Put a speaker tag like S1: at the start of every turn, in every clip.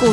S1: 股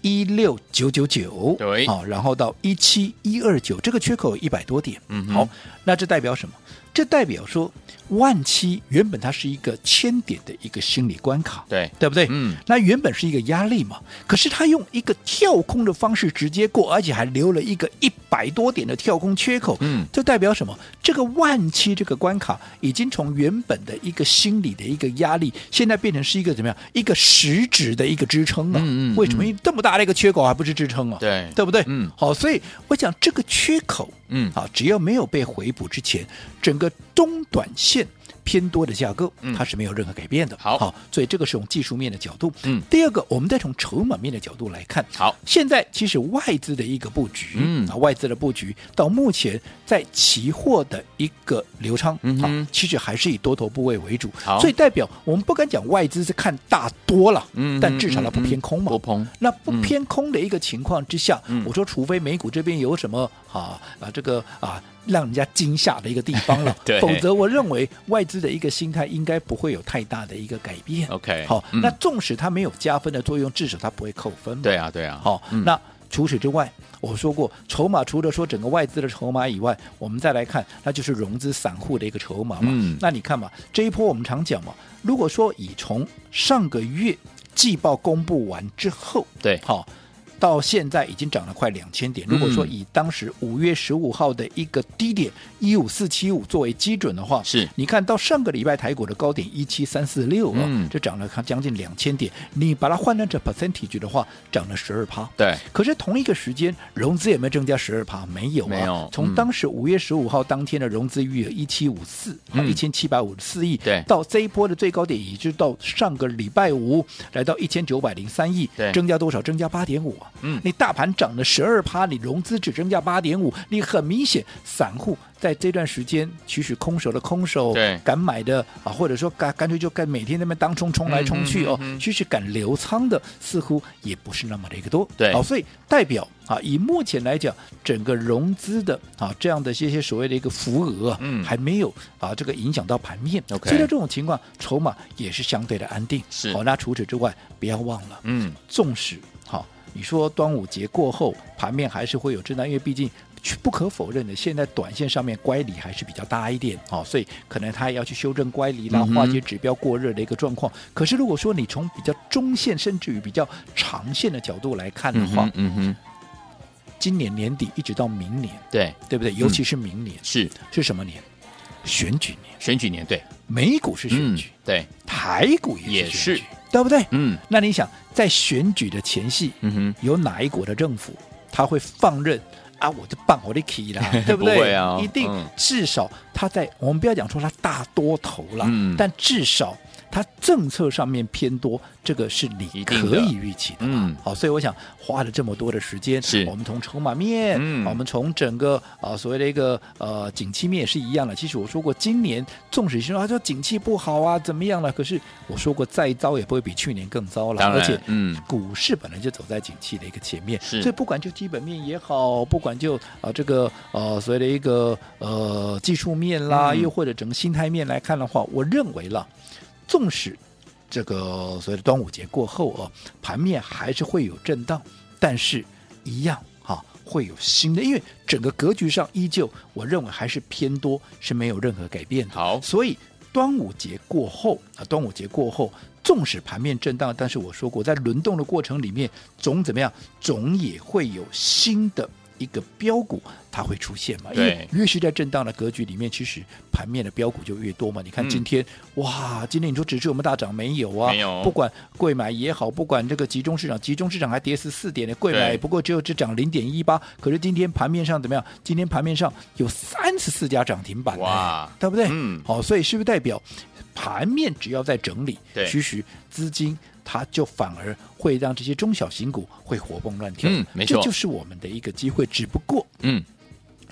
S2: 一六九九九，
S3: 对
S2: 好，然后到一七一二九，这个缺口有一百多点，
S3: 嗯哼
S2: 好，那这代表什么？这代表说万七原本它是一个千点的一个心理关卡，
S3: 对，
S2: 对不对？
S3: 嗯，
S2: 那原本是一个压力嘛，可是他用一个跳空的方式直接过，而且还留了一个一百多点的跳空缺口，
S3: 嗯
S2: 这代表什么？这个万七这个关卡已经从原本的一个心理的一个压力，现在变成是一个怎么样？一个实质的一个支撑了。
S3: 嗯嗯嗯
S2: 为什么因为这么大的一个缺口还不是支撑啊？
S3: 对
S2: 对不对？
S3: 嗯
S2: 好，所以我讲这个缺口，
S3: 嗯
S2: 啊，只要没有被回补之前，整个中短线偏多的架构，
S3: 嗯
S2: 它是没有任何改变的。
S3: 好
S2: 所以这个是从技术面的角度。
S3: 嗯
S2: 第二个，我们再从筹码面的角度来看。
S3: 好，
S2: 现在其实外资的一个布局，
S3: 嗯
S2: 啊，外资的布局到目前在期货的一个流畅，
S3: 嗯哼
S2: 啊，其实还是以多头部位为主。
S3: 好
S2: 所以代表我们不敢讲外资是看大多了，
S3: 嗯
S2: 但至少它不偏空嘛，
S3: 不空，
S2: 那不偏空的一个情况之下，
S3: 嗯
S2: 我说除非美股这边有什么啊啊这个啊让人家惊吓的一个地方了
S3: 对。
S2: 否则，我认为外资的一个心态应该不会有太大的一个改变。
S3: OK，
S2: 好，
S3: 嗯
S2: 那纵使它没有加分的作用，至少它不会扣分嘛。
S3: 对啊，对啊，
S2: 好、
S3: 嗯
S2: 那除此之外，我说过，筹码除了说整个外资的筹码以外，我们再来看，那就是融资散户的一个筹码嘛。
S3: 嗯
S2: 那你看嘛，这一波我们常讲嘛，如果说以从上个月季报公布完之后，
S3: 对
S2: 好、到现在已经涨了快两千点。如果说
S3: 嗯
S2: 以当时五月十五号的一个低点一五四七五作为基准的话，
S3: 是
S2: 你看到上个礼拜台股的高点一七三四六啊，
S3: 嗯
S2: 这涨了将近两千点。你把它换算成 percentage 的话，涨了十二趴。
S3: 对，
S2: 可是同一个时间，融资有没有增加十二趴？没有啊。
S3: 没有
S2: 从
S3: 嗯
S2: 当时五月十五号当天的融资余额一七五四，啊
S3: 嗯
S2: 一千七百五十四亿，
S3: 对
S2: 到这一波的最高点，也就到上个礼拜五来到一千九百零三亿
S3: 对，
S2: 增加多少？增加八点五啊。
S3: 嗯
S2: 你大盘涨了十二趴，你融资只增加八点五，你很明显散户。在这段时间，其实空手的空手
S3: 对，
S2: 敢买的啊，或者说干干脆就干每天那边当冲冲来冲去哦
S3: 嗯嗯嗯嗯，
S2: 其实敢留仓的似乎也不是那么的一个多。
S3: 对
S2: 好、所以代表啊，以目前来讲，整个融资的啊这样的一些所谓的一个浮额啊，
S3: 嗯
S2: 还没有啊这个影响到盘面。
S3: OK
S2: 所以在这种情况，筹码也是相对的安定。
S3: 是
S2: 好、那除此之外，不要忘了，
S3: 嗯，
S2: 纵使好、你说端午节过后盘面还是会有震荡，因为毕竟。不可否认的，现在短线上面乖离还是比较大一点哦，所以可能它也要去修正乖离啦，
S3: 嗯哼
S2: 化解指标过热的一个状况。可是如果说你从比较中线甚至于比较长线的角度来看的
S3: 嗯
S2: 话，
S3: 哼，嗯哼，
S2: 今年年底一直到明年，
S3: 对，
S2: 对不对？尤其是明年、
S3: 是
S2: 是什么年？选举年，
S3: 选举年，对，
S2: 美股是选
S3: 嗯
S2: 举，，
S3: 对，
S2: 台股也
S3: 也
S2: 是选
S3: 是
S2: 举，对不对？
S3: 嗯，
S2: 那你想，在选举的前夕，
S3: 嗯哼，
S2: 有哪一国的政府他会放任啊？我就办我的 key 啦，对不对？
S3: 不会啊
S2: 一定、
S3: 嗯
S2: 至少他在我们不要讲说他大多头了，
S3: 嗯
S2: 但至少他政策上面偏多，这个是
S3: 一
S2: 你
S3: 定的
S2: 可以预期的嘛。
S3: 嗯
S2: 好，所以我想花了这么多的时间，
S3: 是
S2: 我们从筹码面，
S3: 嗯
S2: 我们从整个啊、所谓的一个呃景气面也是一样的。其实我说过，今年纵使说啊，这景气不好啊，怎么样了？可是我说过，再糟也不会比去年更糟了。
S3: 当然
S2: 而且，
S3: 嗯
S2: 股市本来就走在景气的一个前面，
S3: 是
S2: 所以不管就基本面也好，不管就啊、这个呃所谓的一个呃技术面啦，
S3: 嗯
S2: 又或者整个心态面来看的话，我认为啦，纵使这个所谓的端午节过后哦，盘面还是会有震荡，但是一样哈、会有新的，因为整个格局上依旧，我认为还是偏多，是没有任何改变的。
S3: 好，
S2: 所以端午节过后啊，端午节过后，纵使盘面震荡，但是我说过，在轮动的过程里面，总怎么样，总也会有新的。一个标股它会出现嘛？因为
S3: 对
S2: 越是在震荡的格局里面，其实盘面的标股就越多嘛。你看
S3: 嗯
S2: 今天，哇，今天你说指数有没有大涨？没有啊，
S3: 没有
S2: 不管贵买也好，不管这个集中市场，集中市场还跌十四点的贵
S3: 对
S2: 买，不过只有只涨零点一八。可是今天盘面上怎么样？今天盘面上有三十四家涨停板，
S3: 哇
S2: 对不对？
S3: 嗯
S2: 好，所以是不是代表盘面只要在整理
S3: 对，
S2: 其实资金它就反而会让这些中小型股会活蹦乱跳。
S3: 嗯没错
S2: 这就是我们的一个机会。只不过
S3: 嗯，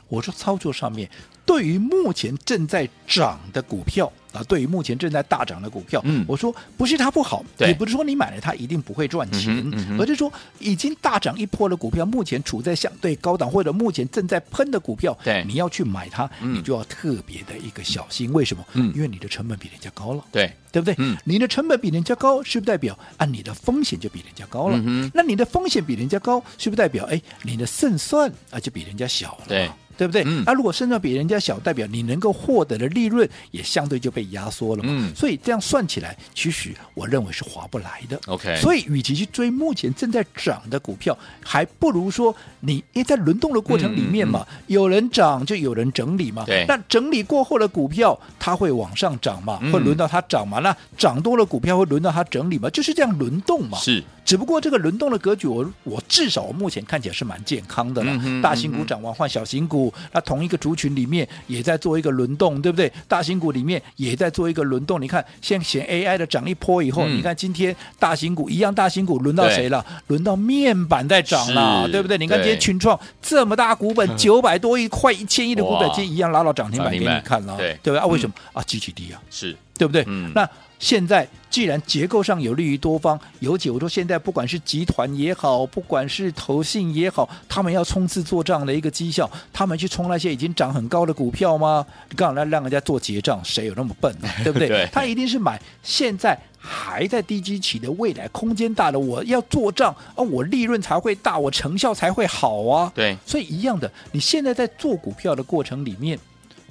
S2: 我说操作上面，对于目前正在涨的股票啊，对于目前正在大涨的股票，
S3: 嗯
S2: 我说不是它不好，
S3: 对
S2: 也不是说你买了它一定不会赚钱，
S3: 嗯哼嗯哼
S2: 而是说已经大涨一波的股票，目前处在相对高档或者目前正在喷的股票，
S3: 对
S2: 你要去买它，
S3: 嗯
S2: 你就要特别的一个小心。为什么？
S3: 嗯
S2: 因为你的成本比人家高了。
S3: 对，
S2: 对不对？
S3: 嗯
S2: 你的成本比人家高，是不是代表按你的风险就比人家高了？
S3: 嗯哼
S2: 那你的风险比人家高，是不是代表哎你的胜算啊就比人家小了？
S3: 对。
S2: 对不对？
S3: 嗯
S2: 那、如果胜算比人家小，代表你能够获得的利润也相对就被压缩了嘛。
S3: 嗯
S2: 所以这样算起来，其实我认为是划不来的。
S3: OK
S2: 所以与其去追目前正在涨的股票，还不如说你因为在轮动的过程里面嘛，有人涨就有人整理嘛。
S3: 嗯对
S2: 那整理过后的股票，它会往上涨嘛，
S3: 嗯
S2: 会轮到它涨嘛。那涨多了股票会轮到它整理嘛，就是这样轮动嘛。
S3: 是，
S2: 只不过这个轮动的格局我，我至少我目前看起来是蛮健康的了。
S3: 嗯哼
S2: 大型股涨完换小型股，那同一个族群里面也在做一个轮动，对不对？大型股里面也在做一个轮动。你看，先嫌 AI 的涨一波以后，
S3: 嗯
S2: 你看今天大型股一样，大型股轮到
S3: 对
S2: 谁了？轮到面板在涨了，
S3: 是
S2: 对不对？你看今天
S3: 对
S2: 群创这么大 股本，九百多亿，快一千亿的股本
S3: 哇，
S2: 今天一样拉到涨停板
S3: 涨
S2: 给
S3: 停
S2: 你
S3: 板
S2: 看了，
S3: 对嗯
S2: 对吧？啊为什么啊？极其低啊，
S3: 是，
S2: 对不对？
S3: 嗯
S2: 那现在既然结构上有利于多方，尤其我说现在不管是集团也好，不管是投信也好，他们要冲刺做账的一个绩效，他们去冲那些已经涨很高的股票吗？你干嘛让让人家做结账？谁有那么笨呢、对不
S3: 对
S2: 对？他一定是买现在还在低基期的未来空间大的，我要做账啊，我利润才会大，我成效才会好啊。
S3: 对
S2: 所以一样的，你现在在做股票的过程里面，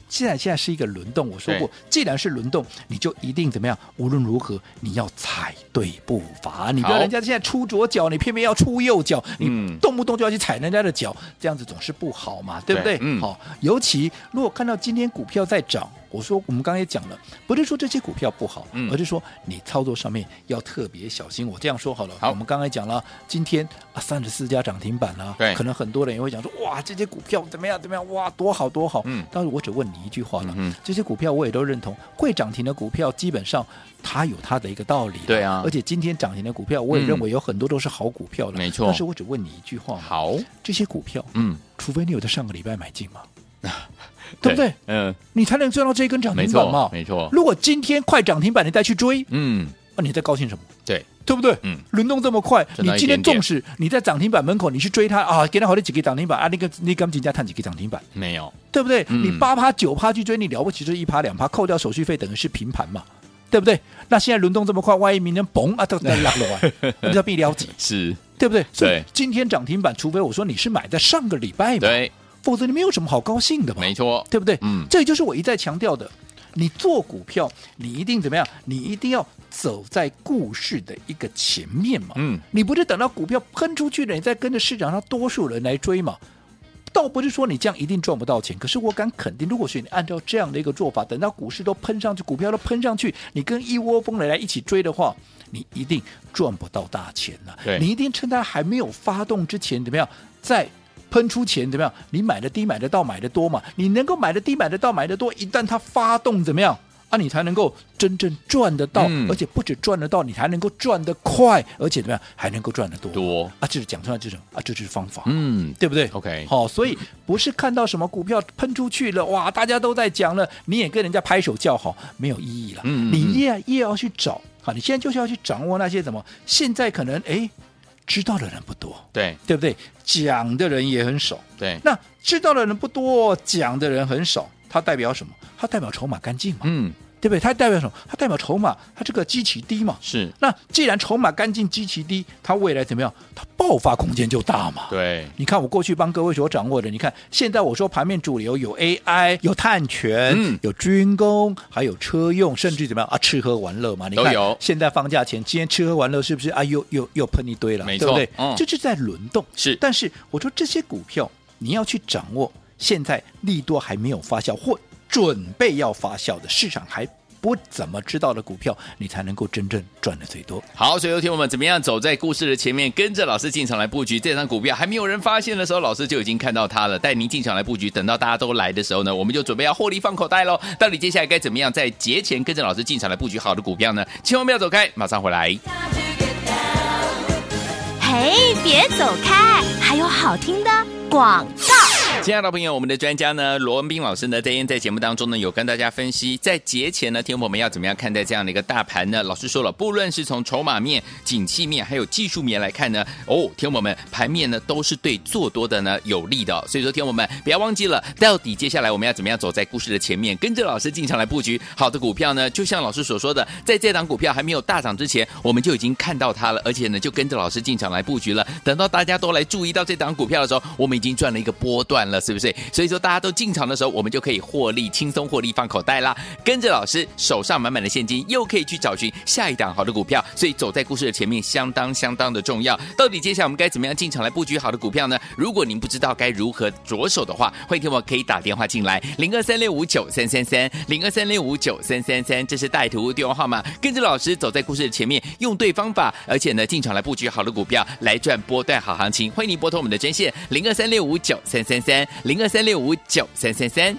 S2: 既然现在是一个轮动，我说过，既然是轮动，你就一定怎么样？无论如何，你要踩对步伐，你不
S3: 好
S2: 要人家现在出左脚，你偏偏要出右脚，
S3: 嗯
S2: 你动不动就要去踩人家的脚，这样子总是不好嘛，对不
S3: 对
S2: 对？
S3: 嗯
S2: 好，尤其如果看到今天股票在涨。我说，我们刚才也讲了，不是说这些股票不好，
S3: 嗯
S2: 而是说你操作上面要特别小心。我这样说好了，
S3: 好
S2: 我们刚才讲了，今天啊三十四家涨停板啦、
S3: 对
S2: 可能很多人也会讲说，哇，这些股票怎么样怎么样，哇，多好多好。
S3: 嗯
S2: 但是我只问你一句话了，
S3: 嗯哼
S2: 这些股票我也都认同，会涨停的股票基本上它有它的一个道理啦。
S3: 对啊
S2: 而且今天涨停的股票，我也
S3: 嗯
S2: 认为有很多都是好股票了。
S3: 没错
S2: 但是我只问你一句话嘛，
S3: 好，
S2: 这些股票，
S3: 嗯，
S2: 除非你有在上个礼拜买 进嘛，对不对？？啊
S3: 嗯，
S2: 你才能赚到这一根涨
S3: 没
S2: 停板嘛
S3: 错，。没错，
S2: 如果今天快涨停板你再去追，
S3: 嗯，
S2: 那、你在高兴什么？
S3: 对，
S2: 对不对？
S3: 嗯
S2: 轮动这么快，
S3: 赚
S2: 你
S3: 到一
S2: 今天
S3: 点点
S2: 纵使你在涨停板门口，你去追它啊，给它好的几个涨停板啊，那个那钢琴家探几个涨停板，
S3: 没有，
S2: 对不对？
S3: 嗯
S2: 你八趴九趴去追，你了不起就是一趴两趴，扣掉手续费等于是平盘嘛，对不对？那现在轮动这么快，万一明天嘣啊，都都拉落 来，那叫必了解，
S3: 是，
S2: 对不对？所以
S3: 对
S2: 今天涨停板，除非我说你是买在上个礼拜嘛，
S3: 对，
S2: 否则你没有什么好高兴的嘛，
S3: 没错，
S2: 对不对？
S3: 嗯
S2: 这就是我一再强调的，你做股票，你一定怎么样？你一定要走在故事的一个前面嘛。
S3: 嗯，
S2: 你不是等到股票喷出去了，你再跟着市场上多数人来追嘛？倒不是说你这样一定赚不到钱，可是我敢肯定，如果是你按照这样的一个做法，等到股市都喷上去，股票都喷上去，你跟一窝蜂的来一起追的话，你一定赚不到大钱呐、
S3: 对
S2: 你一定趁它还没有发动之前，怎么样，在喷出前怎么样，你买的低，买得到，买的多嘛？你能够买的低，买得到，买的多，一旦它发动怎么样？啊，你才能够真正赚得到，
S3: 嗯
S2: 而且不止赚得到，你还能够赚得快，而且怎么样，还能够赚得多。
S3: 多，
S2: 啊，这是讲出来这种啊，这就是方法，
S3: 嗯，
S2: 对不对
S3: OK
S2: 好、所以不是看到什么股票喷出去了，哇，大家都在讲了，你也跟人家拍手叫好，没有意义了。
S3: 嗯嗯
S2: 你也也要去找啊，你现在就是要去掌握那些什么，现在可能哎知道的人不多，
S3: 对，
S2: 对不对？讲的人也很少，
S3: 对，
S2: 那知道的人不多，讲的人很少，它代表什么？它代表筹码干净嘛，
S3: 嗯，
S2: 对不对？它代表什么？它代表筹码，它这个基期低嘛，
S3: 是，
S2: 那既然筹码干净、基期低，它未来怎么样？它爆发空间就大嘛。
S3: 对，
S2: 你看我过去帮各位所掌握的，你看现在我说盘面主流有 AI、有碳权、
S3: 嗯
S2: 有军工，还有车用，甚至怎么样啊？吃喝玩乐嘛，你
S3: 都
S2: 看
S3: 有
S2: 现在放假前，今天吃喝玩乐是不是啊？又又又喷一堆了，
S3: 没
S2: 对不
S3: 错
S2: 对？
S3: 嗯
S2: 这就是在轮动。
S3: 是
S2: 但是我说这些股票你要去掌握，现在利多还没有发酵或准备要发酵的市场还。不怎么知道的股票，你才能够真正赚的最多。
S3: 好，所以有天我们怎么样走在故事的前面，跟着老师进场来布局这张股票，还没有人发现的时候，老师就已经看到它了，带您进场来布局。等到大家都来的时候呢，我们就准备要获利放口袋喽。到底接下来该怎么样在节前跟着老师进场来布局好的股票呢？千万不要走开，马上回来。
S1: 嘿，别走开，还有好听的广告。
S3: 亲爱的朋友，我们的专家呢，罗文斌老师呢，在今天在节目当中呢，有跟大家分析，在节前呢，听我们要怎么样看待这样的一个大盘呢？老师说了，不论是从筹码面、景气面，还有技术面来看呢，哦，听我们盘面呢都是对做多的呢有利的哦、所以说，听我们不要忘记了，到底接下来我们要怎么样走在故事的前面，跟着老师进场来布局好的股票呢？就像老师所说的，在这档股票还没有大涨之前，我们就已经看到它了，而且呢，就跟着老师进场来布局了。等到大家都来注意到这档股票的时候，我们已经赚了一个波段了，是不是？所以说大家都进场的时候，我们就可以获利，轻松获利放口袋啦。跟着老师手上满满的现金，又可以去找寻下一档好的股票，所以走在故事的前面相当相当的重要。到底接下来我们该怎么样进场来布局好的股票呢？如果您不知道该如何着手的话，欢迎听我可以打电话进来零二三六五九三三三零二三六五九三三三，这是带图电话号码。跟着老师走在故事的前面，用对方法，而且呢进场来布局好的股票，来赚波段好行情。欢迎您拨通我们的专线零二三六五九三三三零二三六五九三三三。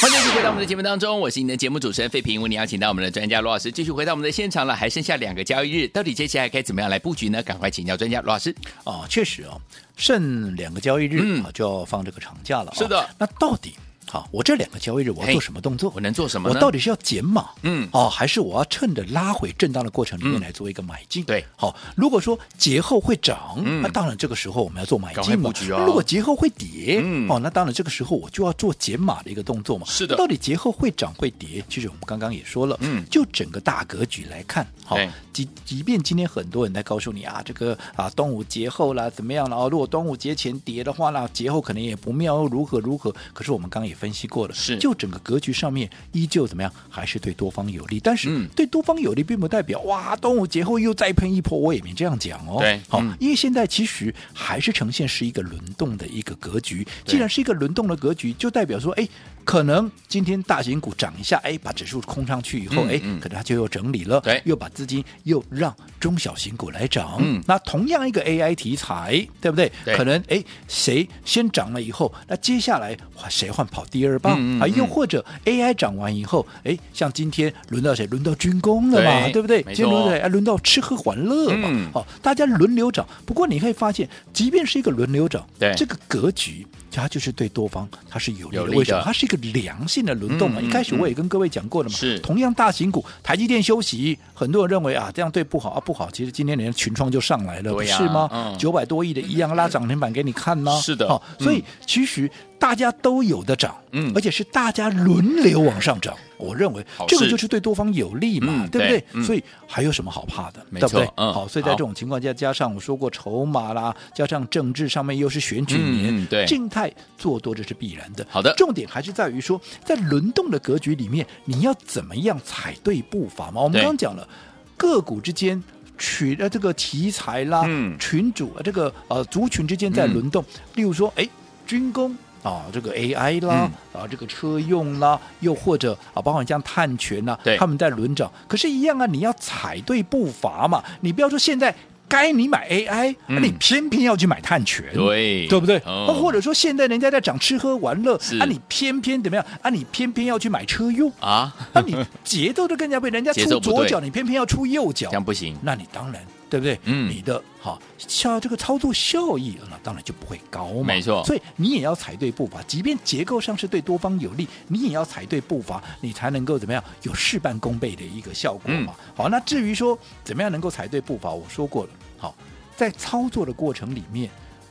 S3: 欢迎继续回到我们的节目当中，我是您的节目主持人费平。为您邀请到我们的专家罗老师继续回到我们的现场了，还剩下两个交易日，到底接下来该怎么样来布局呢？赶快请教专家罗老师。
S2: 啊，确实啊，剩两个交易日、
S3: 嗯
S2: 啊就要放这个长假了、啊。
S3: 是的，
S2: 那到底好，我这两个交易日我要
S3: 嘿
S2: 做什么动作？
S3: 我能做什么
S2: 我
S3: 呢？
S2: 到底是要减码，
S3: 嗯
S2: 哦，还是我要趁着拉回震荡的过程里
S3: 嗯
S2: 面来做一个买进？
S3: 对
S2: 好，如果说节后会涨，
S3: 嗯
S2: 那当然这个时候我们要做买
S3: 赶快
S2: 进嘛。
S3: 布局哦
S2: 如果节后会跌，
S3: 嗯
S2: 哦，那当然这个时候我就要做减码的一个动作嘛。
S3: 是的
S2: 那到底节后会涨会跌？其实我们刚刚也说了，
S3: 嗯
S2: 就整个大格局来看，好
S3: 对，
S2: 即即便今天很多人在告诉你啊，这个啊端午节后啦怎么样了哦，如果端午节前跌的话啦，节后可能也不妙哦，如何如何。可是我们刚刚也分析过了，
S3: 是
S2: 就整个格局上面依旧怎么样，还是对多方有利。但是
S3: 嗯
S2: 对多方有利，并不代表哇，端午节后又再喷一波，我也没这样讲哦。
S3: 对
S2: 好、
S3: 嗯
S2: 因为现在其实还是呈现是一个轮动的一个格局。
S3: 对
S2: 既然是一个轮动的格局，就代表说，哎，可能今天大型股涨一下，哎，把指数空上去以后，
S3: 嗯
S2: 哎、
S3: 嗯
S2: 可能它就又整理了，
S3: 对
S2: 又把资金又让中小型股来涨。
S3: 嗯
S2: 那同样一个 AI 题材，对不对？
S3: 对
S2: 可能哎，谁先涨了以后，那接下来哇谁换跑第二棒、
S3: 嗯嗯
S2: 啊？
S3: 嗯
S2: 又或者 AI 涨完以后，哎，像今天轮到谁？轮到军工了嘛，
S3: 对
S2: 对不对？
S3: 没错
S2: 今天轮到谁？哎，轮到吃喝玩乐嘛。
S3: 嗯
S2: 好，大家轮流涨。不过你可以发现，即便是一个轮流涨，
S3: 对
S2: 这个格局。它就是对多方它是有利的，
S3: 有利的
S2: 为什么？它是一个良性的轮动嘛。
S3: 嗯嗯
S2: 一开始我也跟各位讲过了嘛，
S3: 是
S2: 同样大型股，台积电休息，很多人认为啊这样对不好啊不好，其实今天连群创就上来了，不
S3: 对呀
S2: 是吗
S3: 嗯？
S2: 九百、多亿的一样拉涨停板给你看呢、
S3: 是的
S2: 好、
S3: 嗯
S2: 所以其实大家都有的涨，
S3: 嗯
S2: 而且是大家轮流往上涨。我认为
S3: 好事
S2: 这个就是对多方有利嘛，
S3: 嗯
S2: 对不对？
S3: 对嗯
S2: 所以还有什么好怕的？
S3: 没
S2: 对不
S3: 错
S2: 对？
S3: 嗯
S2: 好，所以在
S3: 好
S2: 这种情况下，加上我说过筹码啦，加上政治上面又是选举年，
S3: 嗯嗯对
S2: 静态做多这是必然的。
S3: 好的
S2: 重点还是在于说，在轮动的格局里面，你要怎么样踩对步伐嘛？我们
S3: 对
S2: 刚刚讲了，个股之间。群呃这个题材啦，
S3: 嗯
S2: 群主呃这个呃族群之间在轮动，例如说哎军工啊这个 AI 啦、
S3: 嗯
S2: 啊这个车用啦，又或者啊包括像碳权呐、
S3: 对
S2: 他们在轮涨，可是，一样啊，你要踩对步伐嘛，你不要说现在该你买 AI，、
S3: 嗯
S2: 你偏偏要去买碳权，
S3: 对
S2: 对不对？
S3: 哦
S2: 或者说现在人家在涨吃喝玩乐
S3: 是，
S2: 啊，你偏偏怎么样？啊，你偏偏要去买车用，
S3: 啊，
S2: 啊，你节奏都更加被人家
S3: 节奏
S2: 出
S3: 不对
S2: 左脚，你偏偏要出右脚
S3: 这，样不行，
S2: 那你当然对不对？
S3: 嗯
S2: 你的好效这个操作效益，那当然就不会高嘛。
S3: 没错
S2: 所以你也要踩对步伐，即便结构上是对多方有利，你也要踩对步伐，你才能够怎么样有事半功倍的一个效果嘛。
S3: 嗯
S2: 好，那至于说怎么样能够踩对步伐，我说过了，好，在操作的过程里面，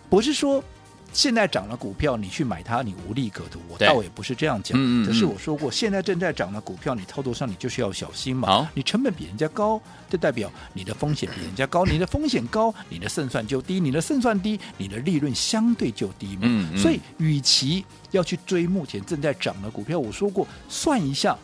S2: 不是说。现在涨了股票，你去买它，你无利可图。我
S3: 对
S2: 倒也不是这样讲，
S3: 嗯嗯
S2: 只是
S3: 嗯
S2: 我说过，现在正在涨的股票，你操作上你就是要小心嘛。
S3: 好
S2: 你成本比人家高，就代表你的风险比人家高，你的风险高，你的胜算就低，你的胜算低，你的利润相对就低嘛。
S3: 嗯嗯
S2: 所以，与其要去追目前正在涨的股票，我说过，算一下，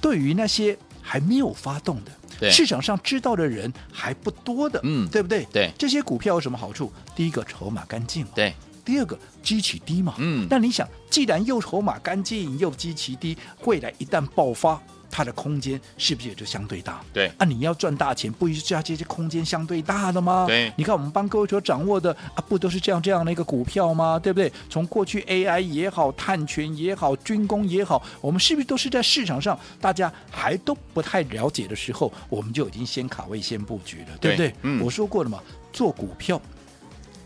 S2: 对于那些还没有发动
S3: 对
S2: 的，市场上知道的人还不多的，
S3: 嗯
S2: 对不对？
S3: 对
S2: 这些股票有什么好处？第一个，筹码干净嘛。
S3: 对，
S2: 第二个基期低嘛，
S3: 嗯
S2: 那你想，既然又筹码干净又基期低，未来一旦爆发，它的空间是不是也就相对大？
S3: 对
S2: 啊，你要赚大钱，不就是要这些空间相对大的吗？
S3: 对
S2: 你看我们帮各位所掌握的啊，不都是这样这样的一个股票吗？对不对？从过去 AI 也好，碳权也好，军工也好，我们是不是都是在市场上大家还都不太了解的时候，我们就已经先卡位、先布局了，对不
S3: 对
S2: 对？
S3: 嗯
S2: 我说过了嘛，做股票。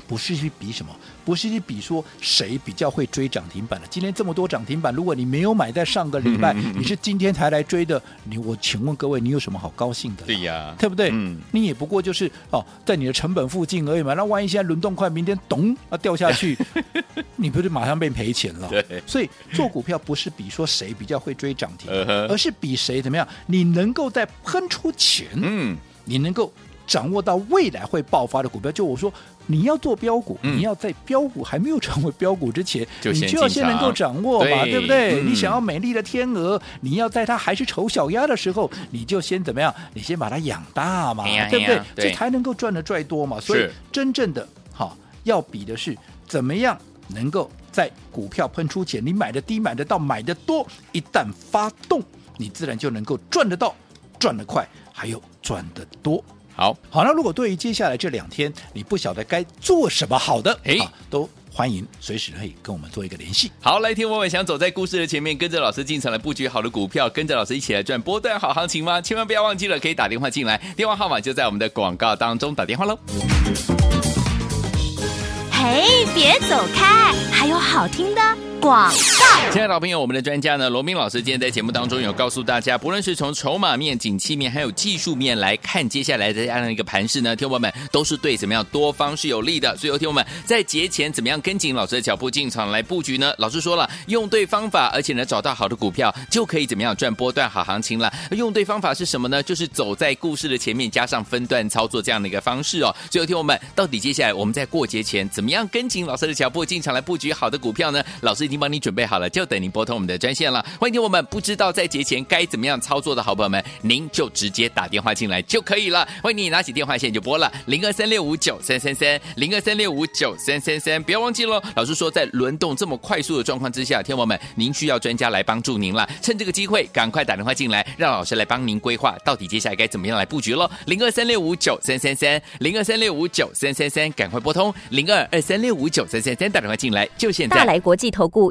S2: 不是去比什么，不是去比说谁比较会追涨停板的。今天这么多涨停板，如果你没有买在上个礼拜，
S3: 嗯嗯嗯嗯
S2: 你是今天才来追的，你我请问各位，你有什么好高兴的啦？
S3: 对呀，
S2: 对不对？
S3: 嗯
S2: 你也不过就是哦，在你的成本附近而已嘛。那万一现在轮动快，明天咚啊掉 下去，你不是马上被赔钱了？
S3: 对
S2: 所以做股票不是比说谁比较会追涨停，
S3: 嗯哼
S2: 而是比谁怎么样，你能够在喷出前，
S3: 嗯，
S2: 你能够掌握到未来会爆发的股票。就我说，你要做标股，
S3: 嗯
S2: 你要在标股还没有成为标股之前，
S3: 就
S2: 你
S3: 先
S2: 就要
S3: 进
S2: 先能
S3: 场
S2: 够掌握嘛，
S3: 对
S2: 对不对？
S3: 嗯
S2: 你想要美丽的天鹅，你要在它还是丑小鸭的时候，你就先怎么样？你先把它养大嘛
S3: 哎呀，
S2: 对不
S3: 哎
S2: 对
S3: 呀？对
S2: 这才能够赚的赚多嘛。所以
S3: 是
S2: 真正的好要比的是怎么样能够在股票喷出前，你买的低，买得到，买得多，一旦发动，你自然就能够赚得到，赚得快，还有赚得多。
S3: 好，
S2: 好，那如果对于接下来这两天你不晓得该做什么好的，
S3: 哎
S2: 啊都欢迎随时可以跟我们做一个联系。
S3: 好，来听我们想走在故事的前面，跟着老师进场来布局好的股票，跟着老师一起来赚波段好行情吗？千万不要忘记了，可以打电话进来，电话号码就在我们的广告当中，打电话喽。
S1: 嘿，别走开，还有好听的
S4: 广。
S3: 亲爱的老朋友，我们的专家呢，罗明老师今天在节目当中有告诉大家，不论是从筹码面、景气面，还有技术面来看，接下来的这样一个盘势呢，听友们都是对怎么样多方是有利的。所以，听友们在节前怎么样跟紧老师的脚步进场来布局呢？老师说了，用对方法，而且呢找到好的股票就可以怎么样赚波段好行情了。哎用对方法是什么呢？就是走在故事的前面，加上分段操作这样的一个方式哦。所以，听友们到底接下来我们在过节前怎么样跟紧老师的脚步进场来布局好的股票呢？老师已经帮你准备好了，就等您拨通我们的专线了。欢迎我们不知道在节前该怎么样操作的好朋友们，您就直接打电话进来就可以了。欢迎你拿起电话线就拨了零二三六五九三三三零二三六五九三三三，不要忘记喽。老师说，在轮动这么快速的状况之下，天王们，您需要专家来帮助您了。趁这个机会，赶快打电话进来，让老师来帮您规划到底接下来该怎么样来布局喽。零二三六五九三三三零二三六五九三三三，赶快拨通零二二三六五九三三三，打电话进来就现在。
S1: 大来国际投顾